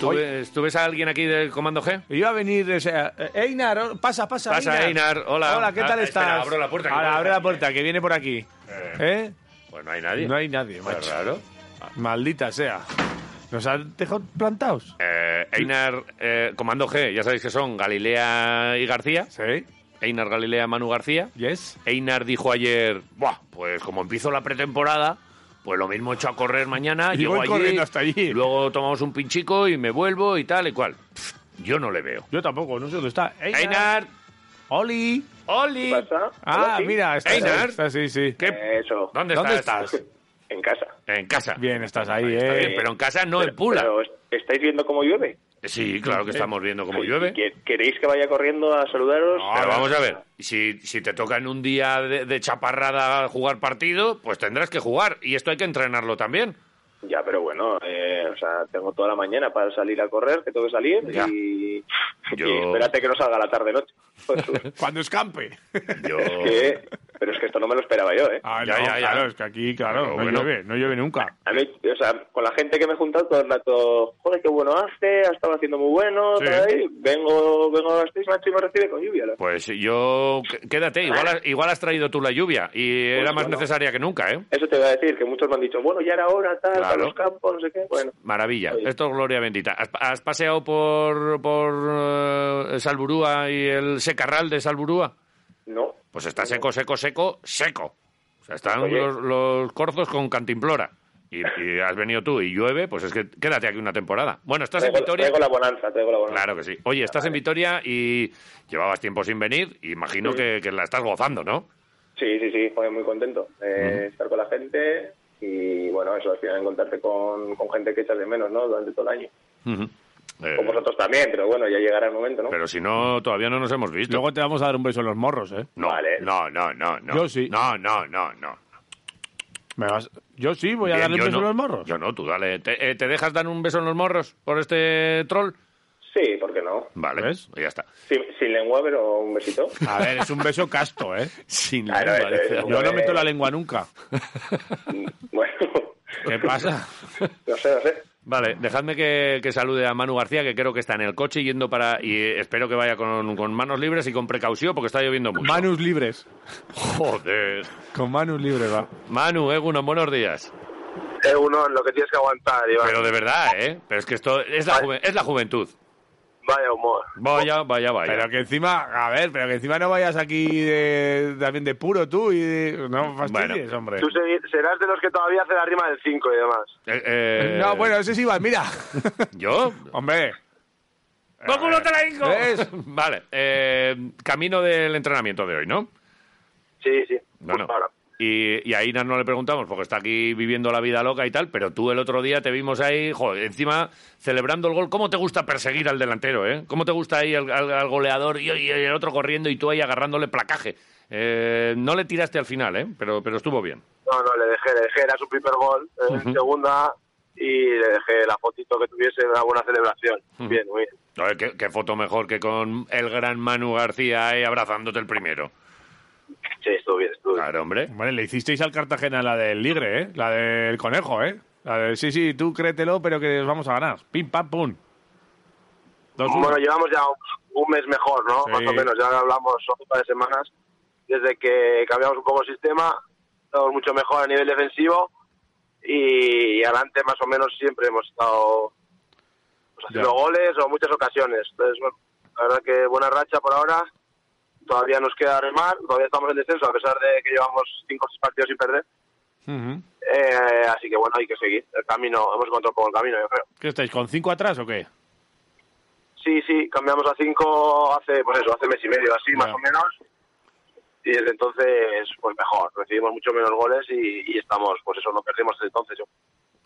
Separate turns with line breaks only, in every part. ¿Tú, ves, tú ves a alguien aquí del Comando G?
Iba a venir, o sea, eh, Einar, oh, pasa, pasa.
Pasa, Einar, hola.
Hola, ¿qué
Ah,
tal
espera,
estás?
abro la puerta, que
Ahora,
no-
abre la puerta, que viene por aquí. ¿Eh?
Pues no hay nadie.
No hay nadie,
Pues
macho.
raro.
Maldita sea. Nos han dejado plantados.
Eh, Einar, eh, Comando G, ya sabéis que son Galilea y García.
Sí.
Einar, Galilea, Manu García.
Yes.
Einar dijo ayer, Buah, pues como empiezo la pretemporada, pues lo mismo echo a correr mañana,
Y
llego
voy
allí,
corriendo hasta allí".
luego tomamos un pinchico y me vuelvo y tal y cual. Pff, yo no le veo.
Yo tampoco, no sé dónde está. Einar.
Einar,
Oli.
Oli,
pasa?
Ah,
Hola, sí.
mira, estás,
Einar.
estás, sí, sí.
¿qué-
Eso.
¿Dónde,
¿Dónde
estás?
estás?
En casa.
En casa.
Bien, estás ahí,
Está
eh.
bien, pero en casa no, en Pula.
Pero, ¿est- ¿Estáis viendo cómo llueve?
Sí, claro
eh,
que estamos viendo cómo
Sí,
llueve.
¿que- ¿Queréis que vaya corriendo a saludaros?
Pero vamos a ver, si, si te toca en un día de, de chaparrada jugar partido, pues tendrás que jugar. Y esto hay que entrenarlo también.
Ya, pero bueno, eh, o sea, tengo toda la mañana para salir a correr, que tengo que salir,
Ya.
y,
Yo-
y espérate que no salga la tarde-noche. Pues,
Cuando escampe.
Yo...
Que- Pero es que esto no me lo esperaba yo, ¿eh?
Ah,
Ya,
no,
ya, ya.
claro, es que aquí, claro,
Pero
no
bueno.
llueve, no llueve nunca.
A mí, o sea, con la gente que me he juntado todo el rato, joder, qué bueno hace, ha estado haciendo muy bueno,
Sí.
tal, ahí, vengo, vengo a Gasteiz, macho, y me recibe con lluvia. la-
Pues yo... qu- Quédate, igual, has- igual has traído tú la lluvia. Y era más
Pues bueno.
necesaria que nunca, ¿eh?
Eso te voy a decir, que muchos me han dicho, bueno, ya era hora, tal,
Claro.
para los campos, no sé qué, bueno.
Maravilla.
Oye.
Esto es gloria bendita. ¿Has, has paseado por, por eh, Salburúa y el secarral de Salburúa?
No.
Pues está seco, seco, seco, seco. O sea, están
Oye.
los, los corzos con cantimplora. Y, y has venido tú y llueve, pues es que quédate aquí una temporada. Bueno, estás en
Traigo,
Vitoria.
traigo la bonanza, traigo la bonanza.
Claro que sí. Oye, estás en Vitoria y llevabas tiempo sin venir. Imagino
Sí.
que, que la estás gozando, ¿no?
Sí, sí, sí, joder, muy contento eh, estar con la gente y, bueno, eso, al final encontrarte con, con gente que echas de menos, ¿no?, durante todo el año.
Eh,
Con vosotros también, pero bueno, ya llegará el momento, ¿no?
pero si no, todavía no nos hemos visto.
Luego te vamos a dar un beso en los morros, ¿eh?
no,
Vale.
no, no, no, no.
Yo sí.
No, no, no, no.
Me vas- Yo sí, voy a
Bien,
darle un
yo no-
beso en los morros.
Yo no, tú dale. ¿Te, eh, ¿te dejas dar un beso en los morros por este troll?
Sí, ¿por qué no?
Vale,
¿Ves?
ya está.
Sin, sin lengua, pero un besito.
A ver, es un beso casto, ¿eh?
Sin
Claro, eh, lengua, eso dice. es.
Yo no meto la lengua nunca.
bueno,
¿Qué pasa?
no sé, no sé.
Vale, dejadme que, que salude a Manu García, que creo que está en el coche yendo para... Y eh, espero que vaya con, con manos libres y con precaución, porque está lloviendo mucho.
pues Manus libres.
Joder.
Con manus libres, va.
Manu, Egunon, buenos días.
es uno en lo que tienes que aguantar, Iván.
Pero de verdad, ¿eh? Pero es que esto es la, juve- es la juventud.
Vaya humor.
Vaya, vaya, vaya.
Pero que encima, a ver, pero que encima no vayas aquí de- también de puro tú y de- no fastidies,
Bueno.
hombre.
Tú se- serás de los que todavía hace la rima del 5 y demás.
Eh, eh,
No, bueno, ese es Iván, mira.
¿Yo?
hombre,
¡No culo te la hinco!
¿Ves?
Vale, eh, camino del entrenamiento de hoy, ¿no?
Sí, sí.
No, no.
Pues Ahora.
Y, y a Inas no le preguntamos porque está aquí viviendo la vida loca y tal, pero tú el otro día te vimos ahí, joder, encima celebrando el gol. ¿Cómo te gusta perseguir al delantero, eh? ¿Cómo te gusta ahí al, al- al goleador y, y el otro corriendo y tú ahí agarrándole placaje? Eh, no le tiraste al final, eh, pero, pero estuvo bien.
No, no, le dejé, le dejé, era su primer gol, eh, segunda, y le dejé la fotito que tuviese, una buena celebración. Bien, muy bien.
A ver, ¿qué, qué foto mejor que con el gran Manu García ahí abrazándote el primero.
Sí, estuvo bien, estuvo bien.
Claro, hombre.
Vale, le hicisteis al Cartagena la del ligre, ¿eh? La del conejo, ¿eh? La de, sí, sí, tú créetelo, pero que os vamos a ganar. Pim, pam, pum. Dos, uno.
Bueno, llevamos ya un- un mes mejor, ¿no?
Sí.
Más o menos, ya hablamos hace un par de semanas. Desde que cambiamos un poco el sistema, estamos mucho mejor a nivel defensivo y, adelante más o menos siempre hemos estado pues, haciendo
Ya.
goles o muchas ocasiones. Entonces, bueno, la verdad que buena racha por ahora. Todavía nos queda remar, todavía estamos en descenso a pesar de que llevamos cinco o seis partidos sin perder.
Ujú.
Eh, así que bueno, hay que seguir el camino. Hemos encontrado un poco el camino, yo creo.
¿Qué estáis, con cinco atrás o qué?
Sí, sí, cambiamos a 5 hace, pues eso, hace mes y medio, así
Ya.
más o menos. Y desde entonces, pues mejor, recibimos mucho menos goles y, y estamos, pues eso, no perdimos desde entonces. Yo.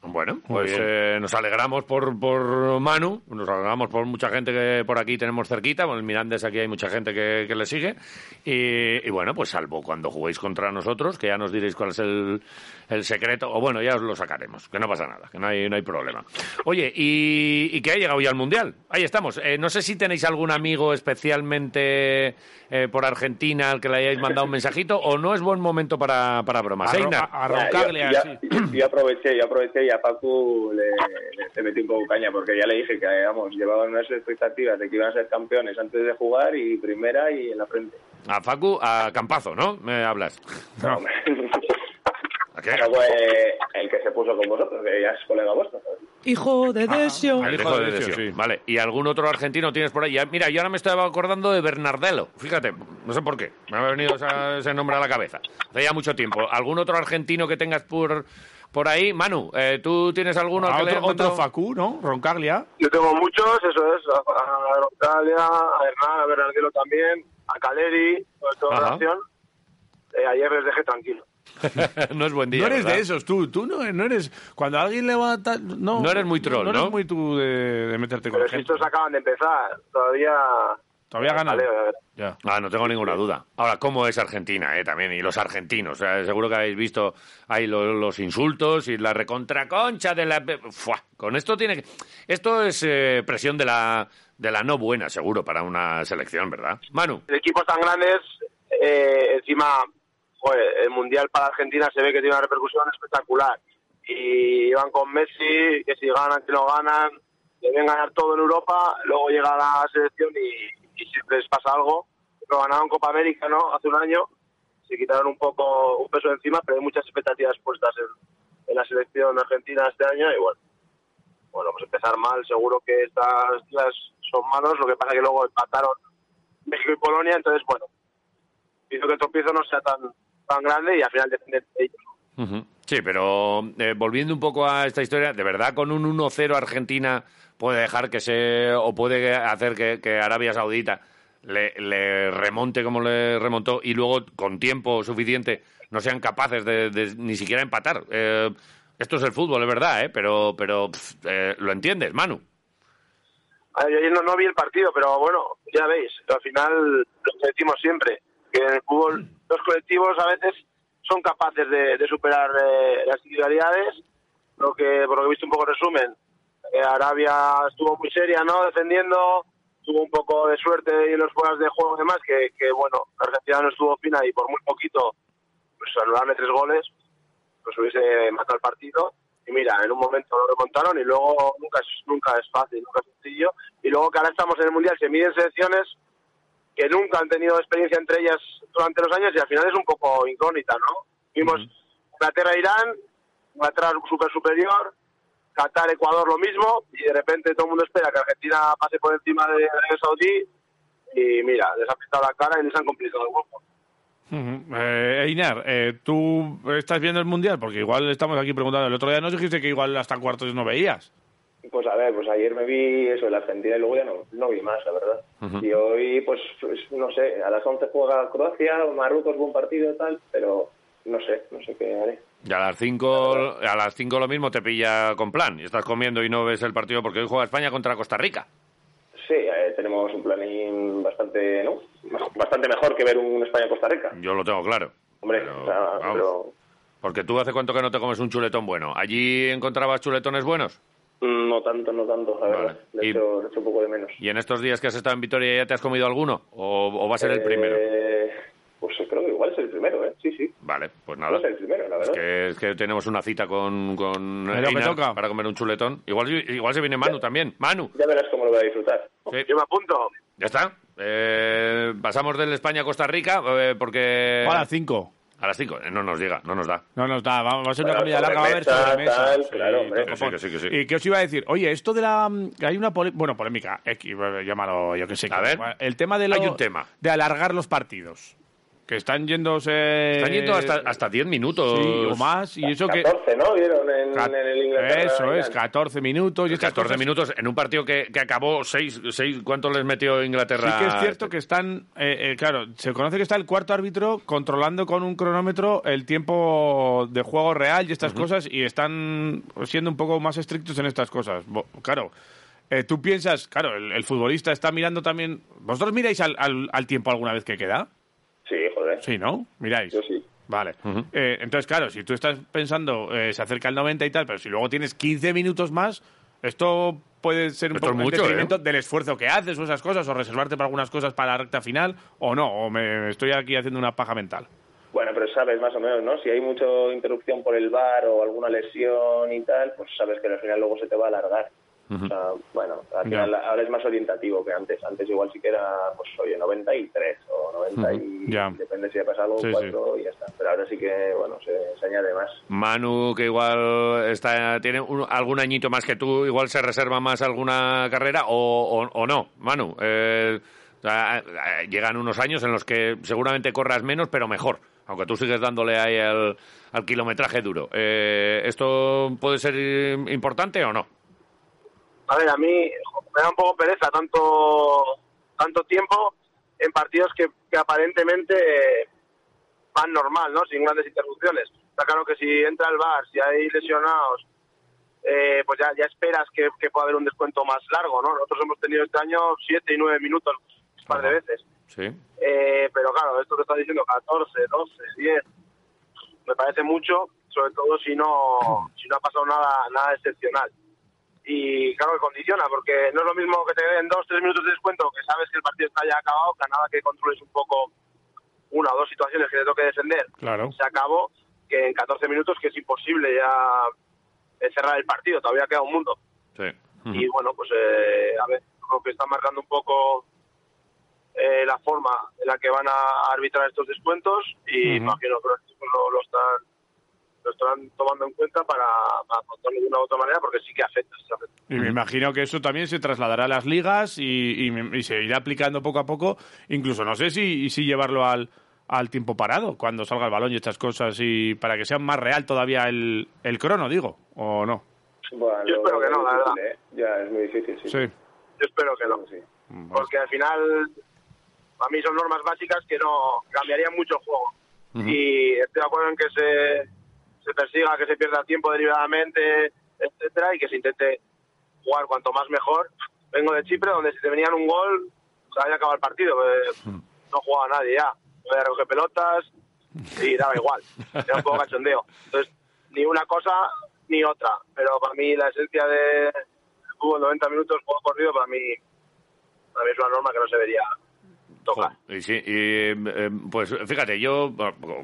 Bueno,
Muy
pues
bien.
eh, nos alegramos por, por Manu, nos alegramos por mucha gente que por aquí tenemos cerquita, por el Mirandés aquí hay mucha gente que, que le sigue. Y, y bueno, pues salvo cuando juguéis contra nosotros, que ya nos diréis cuál es el, el secreto, o bueno, ya os lo sacaremos, que no pasa nada, que no hay, no hay problema. Oye, y, y que ha llegado ya al Mundial, ahí estamos. Eh, no sé si tenéis algún amigo especialmente eh, por Argentina al que le hayáis mandado un mensajito, o no es buen momento para, para bromas.
Arro-
Einar.
a-
Ya,
arroncaglia,
yo,
sí.
ya- yo aproveché, yo aproveché y a Paco le, le- le metí un poco caña porque ya le dije que, vamos, llevaban unas expectativas de que iban a ser campeones antes de jugar y primera y en la frente.
ah.
A Facu, a Campazo, ¿no? Me hablas.
No.
¿A qué?
Paco, eh, el que se puso con vosotros, que ya es colega vuestro.
Hijo de Desio.
al
Al
hijo de Decio, sí.
Vale, ¿y algún otro argentino tienes por ahí? Ya- Mira, yo ahora me estaba acordando de Bernardelo. Fíjate, no sé por qué. Me ha venido esa- ese nombre a la cabeza. Hace ya mucho tiempo. ¿Algún otro argentino que tengas por, por ahí? Manu, eh, ¿tú tienes alguno al
Ah,
que le
otro,
hayas
otro
mandado?
Facu, ¿no? Roncaglia.
Yo tengo muchos, eso es, a- a Rocalia, a Hernán, a Bernardino también, a Caleri, sobre todo en
Ajá.
relación. Eh, ayer les dejé tranquilo.
no es buen día.
No eres
¿verdad?
de esos, tú. Tú no, no eres. Cuando alguien le va a. ta- No,
No eres muy troll,
No
¿no?
eres muy tú de, de meterte con
Pero
la
si
gente.
estos acaban de empezar, todavía...
Todavía ganan.
Vale,
eh.
a ver.
Ya.
Ah, no tengo ninguna duda. Ahora, ¿cómo es Argentina, eh? También, y los argentinos. O sea, seguro que habéis visto ahí lo- los insultos y la recontraconcha de la... Fua, Con esto tiene que... Esto es eh, presión de la, de la no buena, seguro, para una selección, ¿verdad? Manu.
de equipos tan grandes, eh, encima, joder, el Mundial para Argentina se ve que tiene una repercusión espectacular. Y van con Messi, que si ganan, que no ganan, deben ganar todo en Europa, luego llega la selección y, y siempre les pasa algo. Lo ganaron Copa América, ¿no? Hace un año, se quitaron un poco un peso de encima, pero hay muchas expectativas puestas en, en la selección argentina este año y bueno. Bueno, pues empezar mal, seguro que estas las son malos, lo que pasa que luego empataron México y Polonia, entonces, bueno, hizo que el tropiezo no sea tan, tan grande y al final depende de ellos.
Sí, pero eh, volviendo un poco a esta historia, ¿de verdad con un 1-0 Argentina puede dejar que se... o puede hacer que, que Arabia Saudita le, le remonte como le remontó y luego con tiempo suficiente no sean capaces de, de ni siquiera empatar? Eh, esto es el fútbol, es verdad, ¿eh? Pero, pero pf, eh, lo entiendes, Manu.
A ver, yo ayer no, no vi el partido, pero bueno, ya veis, al final lo que decimos siempre, que en el fútbol los colectivos a veces son capaces de, de superar eh, las individualidades, lo que por lo que he visto un poco resumen, eh, Arabia estuvo muy seria, ¿no? Defendiendo, tuvo un poco de suerte en los juegos de juego y demás, que, que bueno, Argentina no estuvo fina y por muy poquito, pues anularle tres goles, pues hubiese matado el partido. Y mira, en un momento lo remontaron y luego nunca es, nunca es fácil, nunca es sencillo. Y luego que ahora estamos en el Mundial, se miden selecciones que nunca han tenido experiencia entre ellas durante los años y al final es un poco incógnita, ¿no? Vimos Inglaterra-Irán, Inglaterra super superior, Qatar-Ecuador lo mismo y de repente todo el mundo espera que Argentina pase por encima de Arabia Saudí y mira, les ha pintado la cara y les han complicado el grupo.
Ujú. Eh, Einar, eh, ¿tú estás viendo el mundial? Porque igual estamos aquí preguntando. El otro día nos dijiste que igual hasta cuartos no veías.
Pues a ver, pues ayer me vi eso en la Argentina y luego ya no, no vi más, la verdad. Y hoy, pues, pues, no sé, a las 11 juega Croacia, Marruecos, buen partido, tal, pero no sé, no sé qué haré.
Y a las 5 a las cinco lo mismo te pilla con plan. y Estás comiendo y no ves el partido porque hoy juega España contra Costa Rica.
Sí, eh, tenemos un planning bastante, ¿no? Mejor- Bastante mejor que ver un España-Costa Rica.
Yo lo tengo claro.
Hombre,
Pero,
o sea,
vamos.
pero
Porque tú hace cuánto que no te comes un chuletón bueno. ¿Allí encontrabas chuletones buenos?
mm, no tanto, no tanto, la
Vale.
verdad. Le
Y-
echo, le echo un poco de menos.
¿Y en estos días que has estado en Vitoria ya te has comido alguno? ¿O, o va a ser el primero?
Eh, Pues creo que igual es el primero, ¿eh? Sí, sí.
Vale, pues
Va
nada.
a ser el primero, la
Es
verdad.
que, es que tenemos una cita con, con
Es lo que
Einar
toca.
para comer un chuletón. Igual, igual se viene Manu también. Manu,
Ya verás cómo lo voy a disfrutar.
Sí.
Yo me apunto.
ya está. Eh, pasamos del España a Costa Rica eh, porque...
O a las 5.
A las 5. No nos llega, no nos da.
No nos da, va, va a ser una
Bueno,
comida larga, va a haber
sobremesa,
sobremesa.
tal, claro, hombre.
Que sí, que sí, que sí.
Eh, ¿Y qué os iba a decir? Oye, esto de la... que Hay una pole- bueno, eh, polémica, X, bueno, llámalo yo que sé.
A ver.
El tema de lo-
Hay un tema.
De alargar los partidos. Que están yéndose...
Están yendo hasta, hasta 10 minutos.
Sí, o más, y eso que...
14, ¿no? Vieron en,
Ca-
en el Inglaterra.
Eso es,
Irán.
14 minutos. Y estas
14
cosas.
minutos en un partido que, que acabó 6, seis ¿Cuántos les metió Inglaterra?
Sí que es cierto que están, eh, eh, claro, se conoce que está el cuarto árbitro controlando con un cronómetro el tiempo de juego real y estas cosas y están siendo un poco más estrictos en estas cosas. Bo- claro, eh, tú piensas, claro, el, el futbolista está mirando también... ¿Vosotros miráis al, al- al tiempo alguna vez que queda?
Sí, joder.
Sí, ¿no? Miráis.
Yo sí.
Vale. Eh, entonces, claro, si tú estás pensando, eh, se acerca el 90 y tal, pero si luego tienes 15 minutos más, esto puede ser un
Esto es
poco en
mucho,
detrimento
¿eh?
del esfuerzo que haces o esas cosas, o reservarte para algunas cosas para la recta final, o no, o me estoy aquí haciendo una paja mental.
Bueno, pero sabes más o menos, ¿no? Si hay mucha interrupción por el bar o alguna lesión y tal, pues sabes que al final luego se te va a alargar. O sea, bueno, al
Ya.
final ahora es más orientativo que antes. Antes igual sí que era, pues oye, 93 o 90 y...
Ya.
Depende si ha pasado
Sí, sí.
4 y ya está. Pero ahora sí que, bueno, se, se añade más.
Manu, que igual está, tiene un- algún añito más que tú, igual se reserva más alguna carrera o, o- o no. Manu, eh, o sea, eh, llegan unos años en los que seguramente corras menos, pero mejor. Aunque tú sigues dándole ahí al, al kilometraje duro. Eh, ¿Esto puede ser eh, importante o no?
A ver, a mí jo, me da un poco pereza tanto, tanto tiempo en partidos que, que aparentemente eh, van normal, ¿no? Sin grandes interrupciones. Está claro que si entra el bar, si hay lesionados, eh, pues ya, ya esperas que, que pueda haber un descuento más largo, ¿no? Nosotros hemos tenido este año siete y nueve minutos un par de
Ajá.
veces.
Sí.
Eh, pero claro, esto que estás diciendo, 14, 12, 10, me parece mucho, sobre todo si no, si no ha pasado nada, nada excepcional. Y claro que condiciona, porque no es lo mismo que te den 2, 3 minutos de descuento, que sabes que el partido está ya acabado, que a nada que controles un poco una o dos situaciones que te toque defender,
Claro.
se acabó, que en 14 minutos que es imposible ya cerrar el partido, todavía queda un mundo
Sí.
y bueno pues eh, a ver creo que está marcando un poco eh, la forma en la que van a arbitrar estos descuentos y imagino que los equipos lo, lo están lo estarán tomando en cuenta para, para contarlo de una u otra manera porque sí que afecta, sí afecta.
Y me imagino que eso también se trasladará a las ligas y, y me- y se irá aplicando poco a poco. Incluso no sé si, si llevarlo al, al tiempo parado, cuando salga el balón y estas cosas, y para que sea más real todavía el, el crono, digo, o no.
Bueno,
Yo espero que no, la
difícil, ¿eh? Ya, es muy difícil, sí.
Sí.
yo espero que no
Sí.
porque al final a mí son normas básicas que no cambiarían mucho el juego y estoy de acuerdo en que se, se persiga que se pierda tiempo deliberadamente etcétera y que se intente jugar cuanto más mejor vengo de Chipre donde si te venían un gol se había acabado el partido pues, no jugaba nadie ya no había recoger pelotas y daba igual era un poco cachondeo entonces ni una cosa ni otra pero para mí la esencia de fútbol 90 minutos juego corrido para mí para mí es una norma que no se debería tocar.
Jo, Y sí, y, eh, eh, pues fíjate, yo,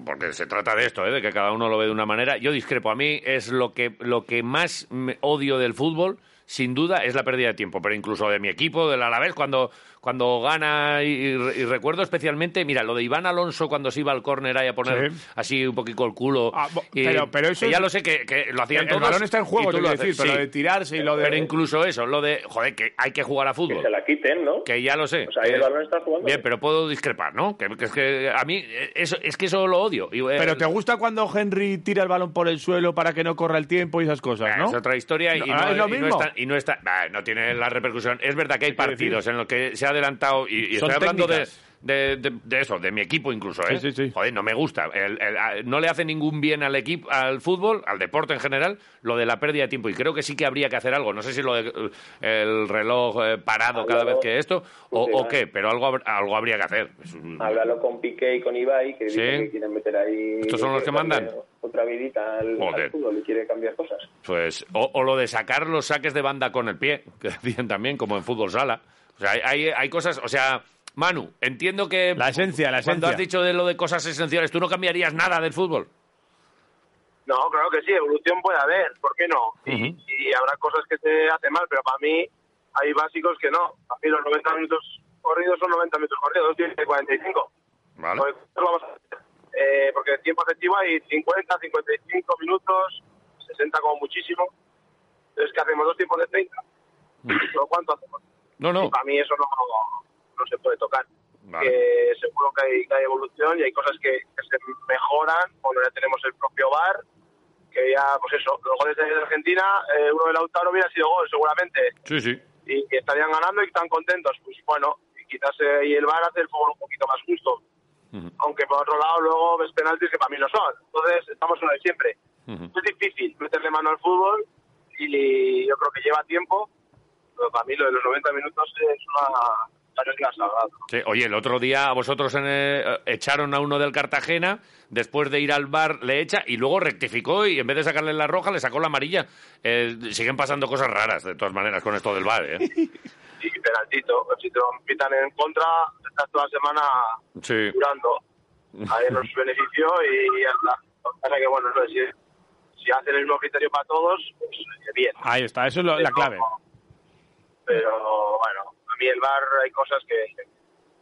porque se trata de esto, ¿eh? de que cada uno lo ve de una manera, yo discrepo. A mí es lo que, lo que más me odio del fútbol, sin duda, es la pérdida de tiempo, pero incluso de mi equipo, del Alavés, cuando, cuando gana. Y, y recuerdo especialmente, mira, lo de Iván Alonso cuando se iba al córner ahí a poner
Sí.
así un poquito el culo.
Ah, bo-
y-
pero- pero eso
que ya
es-
lo sé que, que lo hacían
El, el
todos.
balón está en
y
juego,
tú
te
lo
quiero
haces,
decir, pero
sí.
lo de tirarse y lo de...
Pero incluso eso, lo de, joder, que hay que jugar a
Que
fútbol.
se la quiten, ¿no?
Que ya lo sé.
O sea, ahí el
Eh,
balón está jugando.
Bien, pero puedo discrepar, ¿no? Que, que es que a mí eh, eso, es que eso lo odio. Y, eh,
Pero te gusta cuando Henry tira el balón por el suelo para que no corra el tiempo y esas cosas, ¿no?
Es otra historia y
No,
no,
ah,
y
es lo
no
mismo.
está, y no está- bah, no tiene la repercusión. Es verdad que hay
quiere
partidos en los que se ha adelantado y, y
Son
estoy hablando de,
técnicas.
de- de- de eso, de mi equipo incluso,
Sí,
¿eh?
sí, sí.
Joder, no me gusta. El- el- a- no le hace ningún bien al equipo, al fútbol, al deporte en general, lo de la pérdida de tiempo. Y creo que sí que habría que hacer algo. No sé si lo de- el reloj eh, parado cada vez que esto o,
Sí,
o
va.
qué, pero algo, habr- algo habría que hacer. Es un-
Háblalo con Piqué y con Ibai, que dicen
Mm. Sí.
que quieren meter ahí...
¿Estos son los que mandan?
Otra vidita al, al
Joder.
fútbol y quiere cambiar cosas.
Pues, o, o lo de sacar los saques de banda con el pie, que decían también, como en fútbol sala. O sea, hay, hay- hay cosas, o sea, Manu, entiendo que...
La esencia, la
Cuando
esencia.
has dicho de lo de cosas esenciales, ¿tú no cambiarías nada del fútbol?
No, claro que sí, evolución puede haber, ¿por qué no? Y-
Ujú.
y, habrá cosas que se hacen mal, pero para mí hay básicos que no. Para mí los 90 minutos corridos son 90 minutos corridos, no tiene 45.
Vale.
Pues, ¿qué vamos a hacer? Eh, porque en tiempo efectivo hay 50, 55 minutos, 60 como muchísimo. Entonces, ¿qué hacemos? ¿Dos tiempos de 30? ¿O cuánto hacemos?
No,
Y
no.
para mí eso no, no se puede tocar.
Vale.
que seguro que hay, que hay evolución y hay cosas que, que se mejoran cuando ya tenemos el propio bar que ya pues eso los goles de Argentina eh, uno de Lautaro hubiera sido gol seguramente
Sí, sí.
y que estarían ganando y están contentos pues bueno y quizás eh, ahí el bar hace el fútbol un poquito más justo aunque por otro lado luego ves penaltis que para mí no son entonces estamos en lo de siempre es difícil meterle mano al fútbol y yo creo que lleva tiempo pero para mí lo de los 90 minutos es una regla sagrada ¿no?
Sí, Oye, el otro día a vosotros en, eh, echaron a uno del Cartagena, después de ir al bar le echa y luego rectificó y en vez de sacarle la roja le sacó la amarilla. Eh, siguen pasando cosas raras, de todas maneras, con esto del bar. ¿eh?
y penaltito. Pues Si te lo pitan en contra, estás toda la semana
Sí.
durando. Ahí nos benefició y ya está. Lo que pasa que, bueno, no, si, si hacen el mismo criterio para todos, pues eh, bien.
Ahí está, eso es lo- la clave.
Pero bueno, a mí el bar hay cosas que,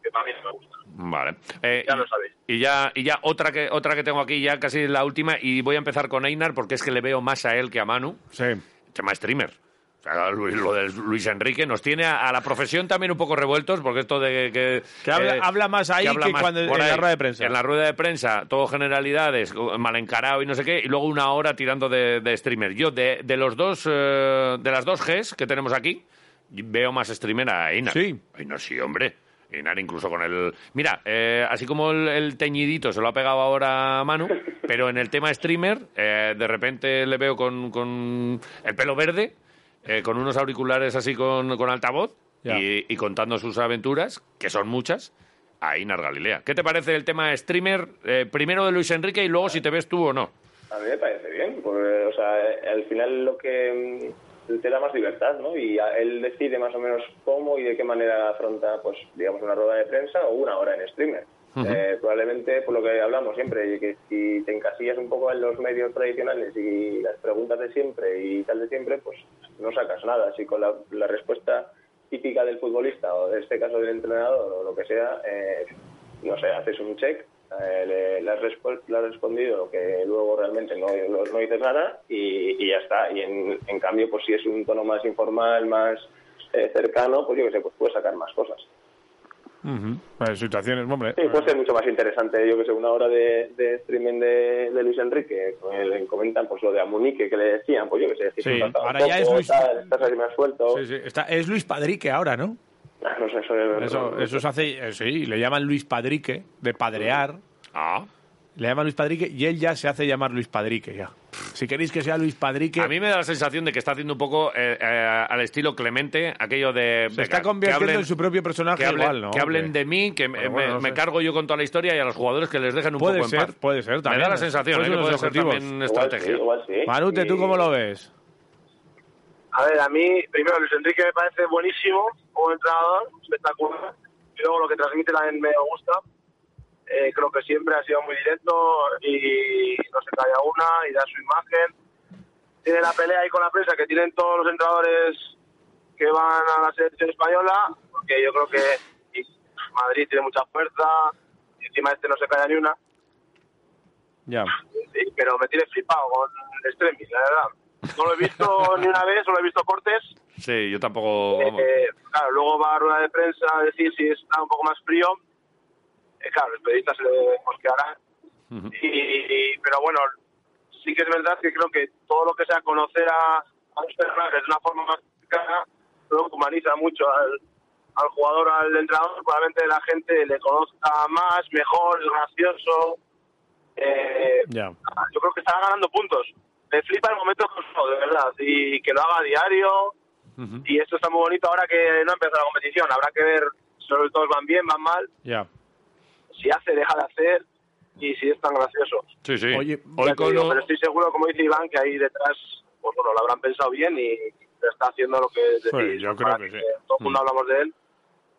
que para mí no me gustan.
Vale. Eh,
Ya
y-
lo sabéis.
Y ya, y ya otra que otra que tengo aquí, ya casi la última, y voy a empezar con Einar porque es que le veo más a él que a Manu.
Sí.
tema streamer. O sea, Lu- lo de Luis Enrique nos tiene a, a la profesión también un poco revueltos, porque esto de que... eh,
Que habla- habla más ahí que cuando-
por
en la rueda de prensa.
En la rueda de prensa, todo generalidades, mal encarado y no sé qué, y luego una hora tirando de, de streamer. Yo, de, de los dos, eh, de las dos Gs que tenemos aquí, veo más streamer a Einar.
Sí.
Einar sí, hombre. Einar incluso con el... Mira, eh, así como el, el teñidito se lo ha pegado ahora a Manu, pero en el tema streamer, eh, de repente le veo con, con el pelo verde, eh, con unos auriculares así con, con altavoz
Ya.
y, y contando sus aventuras, que son muchas, a Einar Galilea. ¿Qué te parece el tema streamer, eh, primero de Luis Enrique y luego si te ves tú o no?
A mí me parece bien, porque, o sea, eh, al final lo que mm, te da más libertad, ¿no? Y a- él decide más o menos cómo y de qué manera afronta, pues, digamos, una rueda de prensa o una hora en streamer. Eh, probablemente, por lo que hablamos siempre, que si te encasillas un poco en los medios tradicionales y las preguntas de siempre y tal de siempre, pues no sacas nada. Si con la, la respuesta típica del futbolista o en este caso del entrenador o lo que sea, eh, no sé, haces un check, eh, le, le has respo- le has respondido lo que luego realmente no, no, no dices nada y, y ya está. Y en, en cambio, pues si es un tono más informal, más eh, cercano, pues yo que sé, pues puedes sacar más cosas.
Pues, situaciones, hombre.
Sí, puede ser mucho más interesante, yo que sé, una hora de, de streaming de, de Luis Enrique, con el- le comentan pues lo de Amunique que le decían, pues yo que sé, si
Sí,
se faltaba un
ahora ya
poco,
es Luis-
tal, estás así más suelto,
Sí, sí, está- es Luis Padrique ahora, ¿no?
Ah, no sé, eso,
Eso, eso se hace, eh, sí, le llaman Luis Padrique, de padrear.
Ah,
Le llaman Luis Padrique y él ya se hace llamar Luis Padrique, ya. Si queréis que sea Luis Padrique...
a mí me da la sensación de que está haciendo un poco eh, eh, al estilo Clemente, aquello de...
se
venga,
está
que
convirtiendo
hablen-
en su propio personaje
que hablen,
Ah, igual, ¿no?
que hablen
Hombre.
de mí, que me,
Pero bueno,
me-
no
me
sé.
cargo yo con toda la historia y a los jugadores que les dejen un
Puede
poco en
ser,
paz.
puede ser también.
Me da la sensación eh,
Puede ser
que
uno de
puede
los
ser
objetivos.
también
Igual
estrategia.
sí, igual sí.
Manute, ¿tú cómo lo ves?
A ver, a mí, primero, Luis Enrique me parece buenísimo como entrenador, espectacular. Y luego lo que transmite también me gusta. Eh, creo que siempre ha sido muy directo y no se calla una y da su imagen. Tiene la pelea ahí con la prensa que tienen todos los entrenadores que van a la selección española, porque yo creo que y Madrid tiene mucha fuerza y encima este no se calla ni una.
Ya.
Sí, pero me tiene flipado con Extremis, la verdad. No lo he visto ni una vez, solo he visto cortes.
Sí, yo tampoco... vamos.
Eh, claro, luego va a rueda de prensa a decir si está un poco más frío. Eh, claro, los periodistas se le mosquearán. Y- y- pero bueno, sí que es verdad que creo que todo lo que sea conocer a, a los personajes de una forma más cercana, creo que humaniza mucho al, al jugador, al entrenador. Probablemente la gente le conozca más, mejor, es gracioso. Eh,
Ya.
yo creo que está ganando puntos. Me flipa el momento que usó, de verdad, y que lo haga a diario. Y esto está muy bonito ahora que no ha empezado la competición. Habrá que ver si los resultados van bien, van mal,
Ya.
si hace, deja de hacer y si es tan gracioso.
Sí, sí.
Oye,
Hoy
Ya te
con
digo,
lo-
Pero estoy seguro, como dice Iván, que ahí detrás, pues bueno, lo habrán pensado bien y está haciendo lo que decís.
Sí, Pues yo creo
Para
que sí. Mm.
Todo el mundo hablamos de él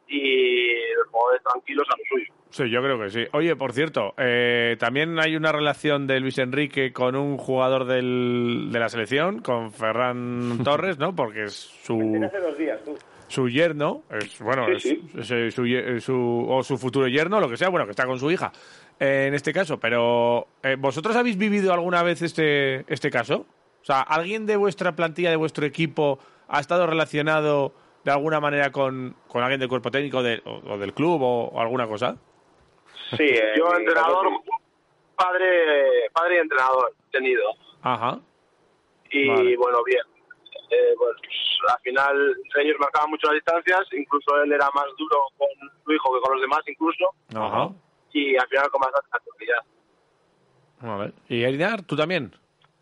y los jugadores tranquilos a lo suyo.
Sí, yo creo que sí. Oye, por cierto, eh, también hay una relación de Luis Enrique con un jugador del, de la selección, con Ferran Torres, ¿no? Porque es su,
Hace dos días, tú.
su yerno, es, bueno, es-
sí.
es, eh, su, ye- eh, su- o su futuro yerno, lo que sea, bueno, que está con su hija, eh, en este caso. Pero, eh, ¿vosotros habéis vivido alguna vez este, este caso? O sea, ¿alguien de vuestra plantilla, de vuestro equipo, ha estado relacionado de alguna manera con, con alguien del cuerpo técnico de- o, o del club o, o alguna cosa?
Sí, eh,
Yo,
mi-
entrenador, padre, padre y entrenador he tenido.
Ajá.
Y
Vale.
bueno, bien. Eh, bueno, pues, al final ellos marcaban mucho las distancias, incluso él era más duro con su hijo que con los demás, incluso.
Ajá.
Y al final con bastante autoridad.
A ver. ¿Y Elinar, tú también?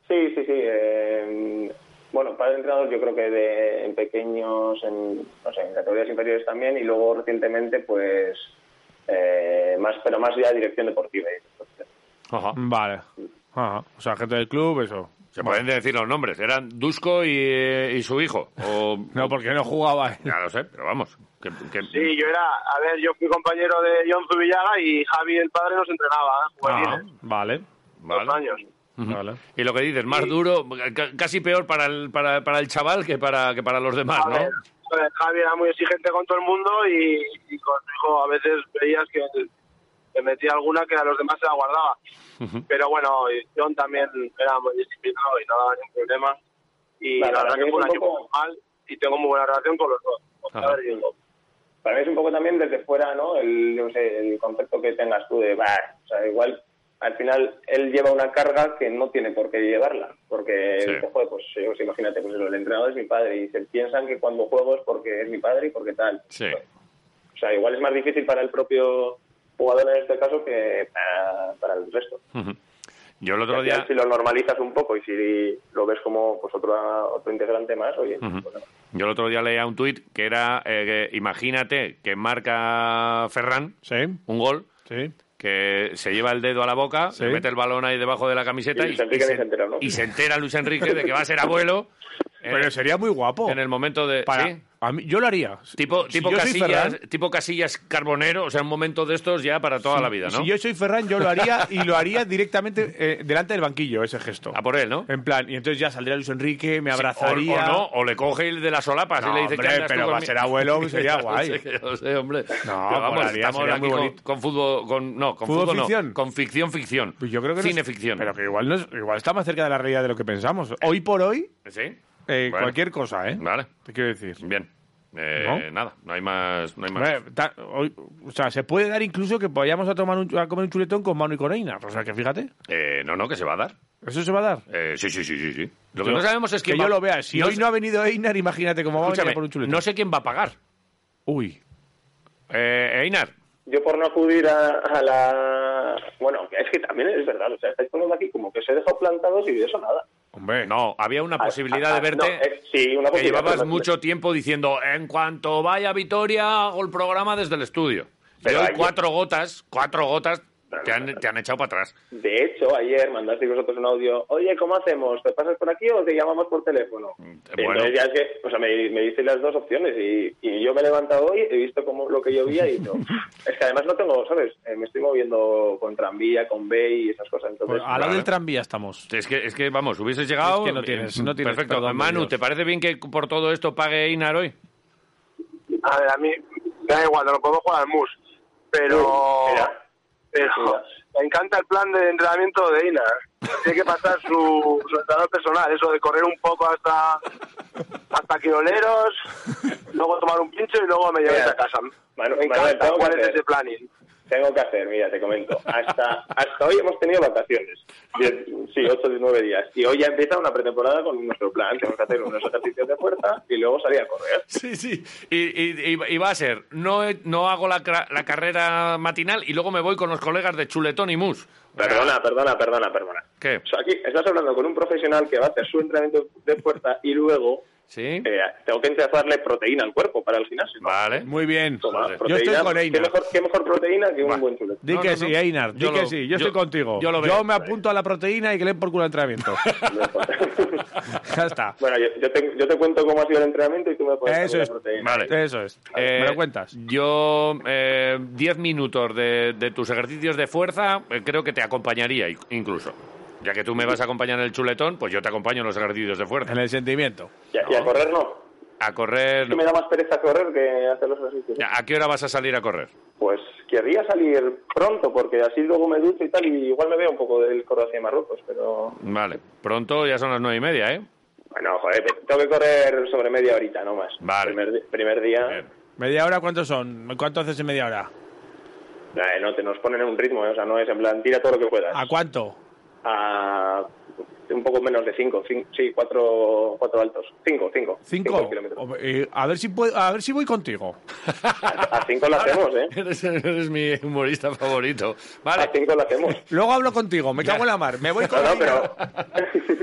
Sí, sí, sí. eh, bueno, para el entrenador yo creo que de, en pequeños, en, no sé, en categorías inferiores también y luego recientemente pues eh, más, pero más ya dirección deportiva. y eso, pues, sí.
Ajá.
Vale. Ajá. O sea, gente del club, eso.
Se pueden decir los nombres. Eran Dusko y, eh, y su hijo. O,
No, porque no jugaba.
Ya lo sé, pero vamos. Que, que-
Sí, yo era, a ver, yo fui compañero de John Zubillaga y Javi, el padre, nos entrenaba, ¿eh?
Ajá.
juveniles,
Vale.
vale.
dos años.
Vale.
Y lo que dices, más duro, ca- casi peor para el, para, para el chaval que para, que para los demás,
A
¿no?
ver, a ver, Javi era muy exigente con todo el mundo y, y con su hijo a veces veías que te metía alguna que a los demás se la guardaba. Pero bueno, y John también era muy disciplinado y no daba ningún problema. Y
Claro,
la
para
verdad
mí
que fue un
es un
año
poco-
muy mal y tengo muy buena relación con los dos. con
Ajá.
padre y hijo.
Para mí es un poco también desde fuera, ¿no? El, no sé, el concepto que tengas tú de, bah, o sea, igual al final él lleva una carga que no tiene por qué llevarla, porque,
Sí.
dice, "Joder, pues, yo, pues, imagínate, pues eso, el entrenador es mi padre y se piensan que cuando juego es porque es mi padre y porque tal. Pues,
Sí.
O sea, igual es más difícil para el propio jugador en este caso que para, para el resto.
Yo el
Y
otro
al
día...
final, si lo normalizas un poco y si lo ves como pues otro, otro integrante más, oye, pues, nada.
Yo el otro día leía un tuit que era, eh, que imagínate que marca Ferran
Sí.
un gol,
Sí.
que se lleva el dedo a la boca,
Sí.
se mete el balón ahí debajo de la camiseta
Y Luis Enrique ni se entera, ¿no?
y se entera Luis Enrique de que va a ser abuelo en,
Pero sería muy guapo.
en el momento de...
Para,
¿sí?
a mí, yo lo haría.
Tipo,
Si
tipo,
yo soy
casillas,
Ferran-
tipo casillas carbonero, o sea, un momento de estos ya para toda la vida, ¿no?
Si yo soy Ferran, yo lo haría y lo haría directamente eh, delante del banquillo, ese gesto.
A por él, ¿no?
En plan, y entonces ya saldría Luis Enrique, me
Ah, pues. Sí,
abrazaría.
O, o no, o le coge el de las solapas
No,
y le dice
hombre,
que andas tú
pero
con
va a
mi-".
ser abuelo, sería
Ya lo
guay.
sé, ya lo sé, hombre. Pero
molaría,
estamos
sería
aquí
muy
con,
bonito.
con fútbol, con, no, con
¿Fútbol
fútbol, no,
ficción?
con ficción, ficción.
Pues yo creo que no es-
Cineficción.
Pero que igual, no es- igual está más cerca de la realidad de lo que pensamos. Hoy por hoy,
¿Sí?
eh,
Bueno,
cualquier cosa, ¿eh?
Vale,
Te quiero decir.
bien. Eh,
¿No?
Nada, no hay más. No hay más.
Hombre, ta- hoy- o sea, se puede dar incluso que vayamos a, tomar un- a comer un chuletón con Manu y con Einar. O sea, que fíjate,
Eh, no, no, que se va a dar.
eso se va a dar.
Eh, sí, sí, sí, sí, sí. Lo que
Yo-
no sabemos es quién
que yo
va-
lo vea. Si hoy
sé-
no ha venido Einar, imagínate cómo va a venir
escúchame,
a por un chuletón.
no sé quién va a pagar.
Uy,
Eh, Einar,
Yo por no acudir a, a la... Bueno, es que también es verdad, o sea, estáis poniendo aquí como que se dejó plantados y de eso nada.
hombre.
no, había una posibilidad
Ah,
de
ah,
verte.
no, eh, sí, una
que
posibilidad,
llevabas
pero-
mucho tiempo diciendo, en cuanto vaya Vitoria, hago el programa desde el estudio.
Pero
y hoy
ayer-
cuatro gotas, cuatro gotas te han, te han echado para atrás.
De hecho, ayer mandasteis vosotros un audio, oye, ¿cómo hacemos? ¿Te pasas por aquí o te llamamos por teléfono?
bueno.
Entonces ya es que, o sea, me, me disteis las dos opciones y, y yo me he levantado hoy, he visto como lo que llovía y digo, es que además no tengo, ¿sabes? Eh, me estoy moviendo con tranvía, con B y esas cosas, entonces...
Pues a la
vale.
del tranvía estamos.
Es que, es que vamos, hubieses llegado. eh,
Es que no tienes- no tienes
Perfecto.
perdón de
Manu,
Dios.
¿te parece bien que por todo esto pague Einar hoy?
A ver, a mí me da igual, no lo podemos jugar al MUS, pero,
Mira.
pero
Mira.
me encanta el plan de entrenamiento de Ina. ¿eh? Tiene que pasar su, su entrenador personal, eso de correr un poco hasta hasta quiroleros, luego tomar un pincho y luego me lleváis
Mira.
a casa.
Manu-
me
Manuel,
encanta,
tengo que
¿cuál es
hacer.
ese planning?
Tengo que hacer, mira, te comento. Hasta, hasta hoy hemos tenido vacaciones. Diez- sí, 8 o 9 días. Y hoy ya empieza una pretemporada con nuestro plan. Tenemos que hacer unos ejercicios de fuerza y luego salir a correr.
Sí, sí. Y, y- y- y va a ser, no, he- no hago la, cra- la carrera matinal y luego me voy con los colegas de Chuletón y Mus. O sea,
Perdona, perdona, perdona, perdona.
¿Qué?
O sea, aquí estás hablando con un profesional que va a hacer su entrenamiento de fuerza y luego
Sí.
eh, tengo que entregarle proteína al cuerpo para el gimnasio. ¿no?
Vale.
Muy bien.
Toma,
Yo
Yo
proteína.
estoy con
¿Qué
Einar.
mejor, qué mejor proteína que un buen chuleto?
Di
No,
que
no,
sí,
no.
Einar. Di
Yo
que
lo-
sí. Yo,
yo-
estoy contigo.
yo
Yo,
lo veo.
me apunto a la proteína y que le den por culo al entrenamiento. ya está.
bueno, yo, yo te, yo te cuento cómo ha sido el entrenamiento y tú me puedes
Eso
poner
es.
la proteína.
Vale.
Eso es.
Eh,
¿Me lo cuentas?
Yo, eh, 10 minutos de, de tus ejercicios de fuerza, eh, creo que te acompañaría i- incluso. Ya que tú me vas a acompañar en el chuletón, pues yo te acompaño en los ejercicios de fuerza.
En el sentimiento.
Y a- y a correr no.
A correr.
Es que me da más pereza correr que hacer los ejercicios.
¿A qué hora vas a salir a correr?
Pues querría salir pronto, porque así luego me ducho y tal, y igual me veo un poco del Croacia y Marruecos, pero
Vale. Pronto ya son las nueve y media, ¿eh?
Bueno, joder, pero tengo que correr sobre media horita, no más.
Vale.
Primer, di- primer día,
Bien.
¿Media hora cuántos son? ¿Cuánto haces en media hora?
eh, no te nos ponen en un ritmo, eh, o sea, no es en plan, tira todo lo que puedas.
¿A cuánto?
A un poco menos de 5, sí, 4 cuatro altos. 5, 5.
¿Cinco?
kilómetros.
O- eh, a, ver si puedo, a ver si voy contigo.
A 5 lo hacemos, ¿eh?
Eres, eres mi humorista favorito.
A
Vale,
5 lo hacemos.
Luego hablo contigo, me cago en la mar. Me voy
No,
con
no, pero...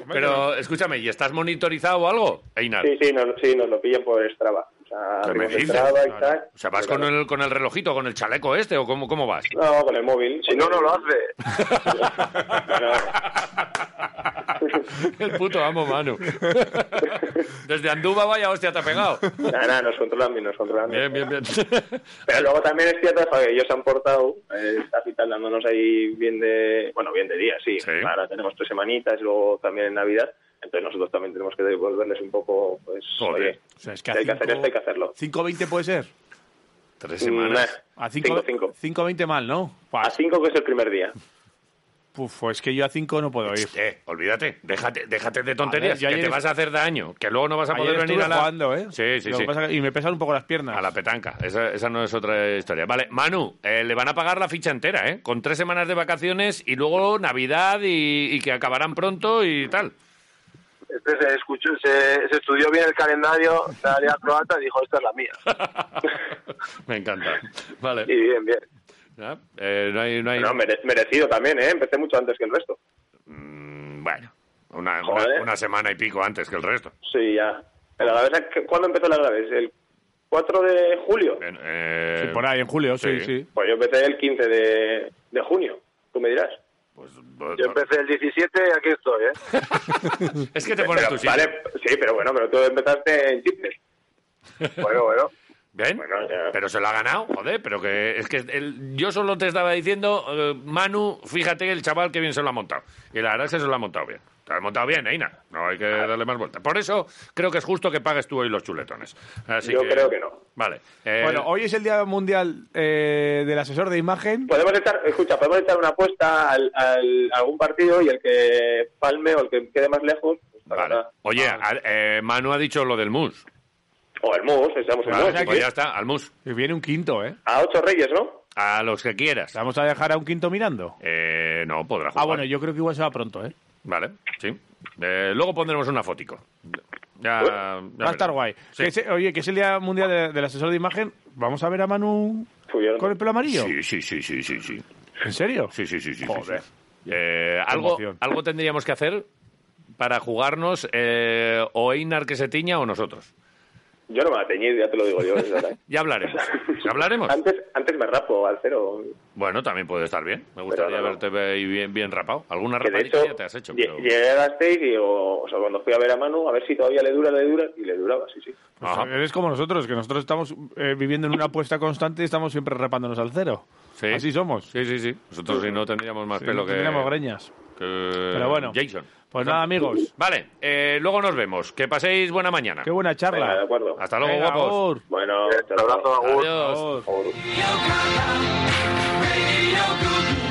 pero escúchame, ¿y estás monitorizado o algo, Einar?
Sí, sí, nos, sí, nos lo pillan por Strava. O sea,
¿Qué me
abrimos
dices?
Strava y
Claro.
tal.
O sea, ¿vas
Pero
con el, con el relojito, con el chaleco este o cómo, cómo vas?
No, con el móvil.
Si no, no lo hace.
Bueno,
El puto amo, Manu. Desde Andúba, vaya hostia, te ha pegado.
nada, nada, nos controlan bien, nos controlan bien.
Bien, bien, bien.
Pero luego también es cierto joder, que ellos se han portado, eh, está Fital dándonos ahí bien de, bueno, bien de día, sí.
Sí.
Ahora tenemos tres semanitas y luego también en Navidad. Entonces nosotros también tenemos que devolverles un poco, pues,
Joder.
oye,
O sea, es
si hay que hacer esto, hay que hacerlo. Mm,
5.20 puede ser.
Tres semanas.
Nah,
A 5,
5.
5.20 mal, ¿no?
A 5 que es el primer día.
Puf, pues es que yo a 5 no puedo ir.
Eh, olvídate, déjate, déjate de tonterías,
A ver, yo
que te
ayer
vas a hacer daño, que luego no vas a
Ayer
poder venir
estuve
a la...
jugando, ¿eh?
Sí, sí,
Lo que
sí.
pasa que- y me pesan un poco las piernas.
A la petanca, esa, esa no es otra historia. Vale, Manu, eh, le van a pagar la ficha entera, ¿eh? Con tres semanas de vacaciones y luego Navidad y, y que acabarán pronto y tal.
Este se, escuchó, se, se estudió bien el calendario de la Liga Croata y dijo, esta es la mía.
Me encanta. Vale.
Y bien, bien.
Ya, eh, no hay... No hay...
No, mere- merecido también, ¿eh? Empecé mucho antes que el resto.
Mm, Bueno, una,
Joder.
una- una semana y pico antes que el resto.
Sí, ya. Pero la verdad es que, ¿cuándo empezó la graves? ¿El 4 de julio?
Bien, eh,
Sí, por ahí, en julio, sí,
sí.
sí.
Pues yo empecé el 15 de, de junio, tú me dirás.
pues,
Yo empecé el 17 y aquí estoy, ¿eh?
es que te pones
Pero,
tu sitio.
vale, sí, pero bueno, pero tú empezaste en Chipre.
Bueno, bueno.
¿Ven?
Bueno, ya.
Pero se lo ha ganado, joder, pero que es que el- yo solo te estaba diciendo, eh, Manu, fíjate el chaval que bien se lo ha montado. Y la verdad es que se lo ha montado bien. Te lo ha montado bien, Eina. No hay que darle más vuelta. Por eso creo que es justo que pagues tú hoy los chuletones. Así
Yo creo que no.
Vale. Eh,
Bueno, hoy es el Día Mundial eh, del Asesor de Imagen.
Podemos echar, escucha, podemos echar una apuesta al, al- a algún partido y el que palme o el que quede más lejos. pues, la
vale.
verdad.
Oye, al- eh, Manu ha dicho lo del mus.
O el MUS, estamos en
Vale,
MUS.
pues ya está, al mus.
Y viene un quinto, ¿eh?
A ocho reyes, ¿no?
A los que quieras.
¿Vamos a dejar a un quinto mirando?
Eh, no, podrá jugar.
Ah, bueno, yo creo que igual se va pronto, ¿eh?
Vale, sí. Eh, luego pondremos una fotico. Ya, ya
Va a
verás.
estar guay.
Sí.
Que es- oye, que es el Día Mundial de- del Asesor de Imagen. ¿Vamos a ver a Manu
Fui yo, ¿no?
con el pelo amarillo?
Sí, sí, sí, sí, sí, sí.
¿En serio?
Sí, sí, sí, sí. sí,
Joder.
sí. Eh, algo,
emoción.
algo tendríamos que hacer para jugarnos eh, o Einar que se tiña o nosotros.
Yo no me voy a teñir, ya te lo digo yo. es verdad.
Ya hablaremos. Ya hablaremos.
Antes, antes me rapo al cero.
Bueno, también puede estar bien. Me gustaría
no, no.
verte ahí bien, bien rapado. Alguna
Que de
rapadita
hecho,
ya te has hecho.
lle-
Pero...
llegué a Gasteiz y digo, o sea, cuando fui a ver a Manu, a ver si todavía le dura, le dura, y le duraba, sí, sí.
Pues
Ajá.
eres como nosotros, que nosotros estamos eh, viviendo en una apuesta constante y estamos siempre repándonos al cero.
Sí.
Así somos.
Sí, sí, sí. Nosotros si no tendríamos más
Sí,
pelo
no
que...
tendríamos greñas.
que
Pero bueno.
Jason.
Pues nada, amigos.
Vale, eh, luego nos vemos. Que paséis buena mañana.
Qué buena charla.
Venga, de acuerdo.
Hasta luego,
Venga,
guapos.
agur.
Bueno,
Un abrazo, Agur.
Adiós.
Agur.
Agur.
Radio Group.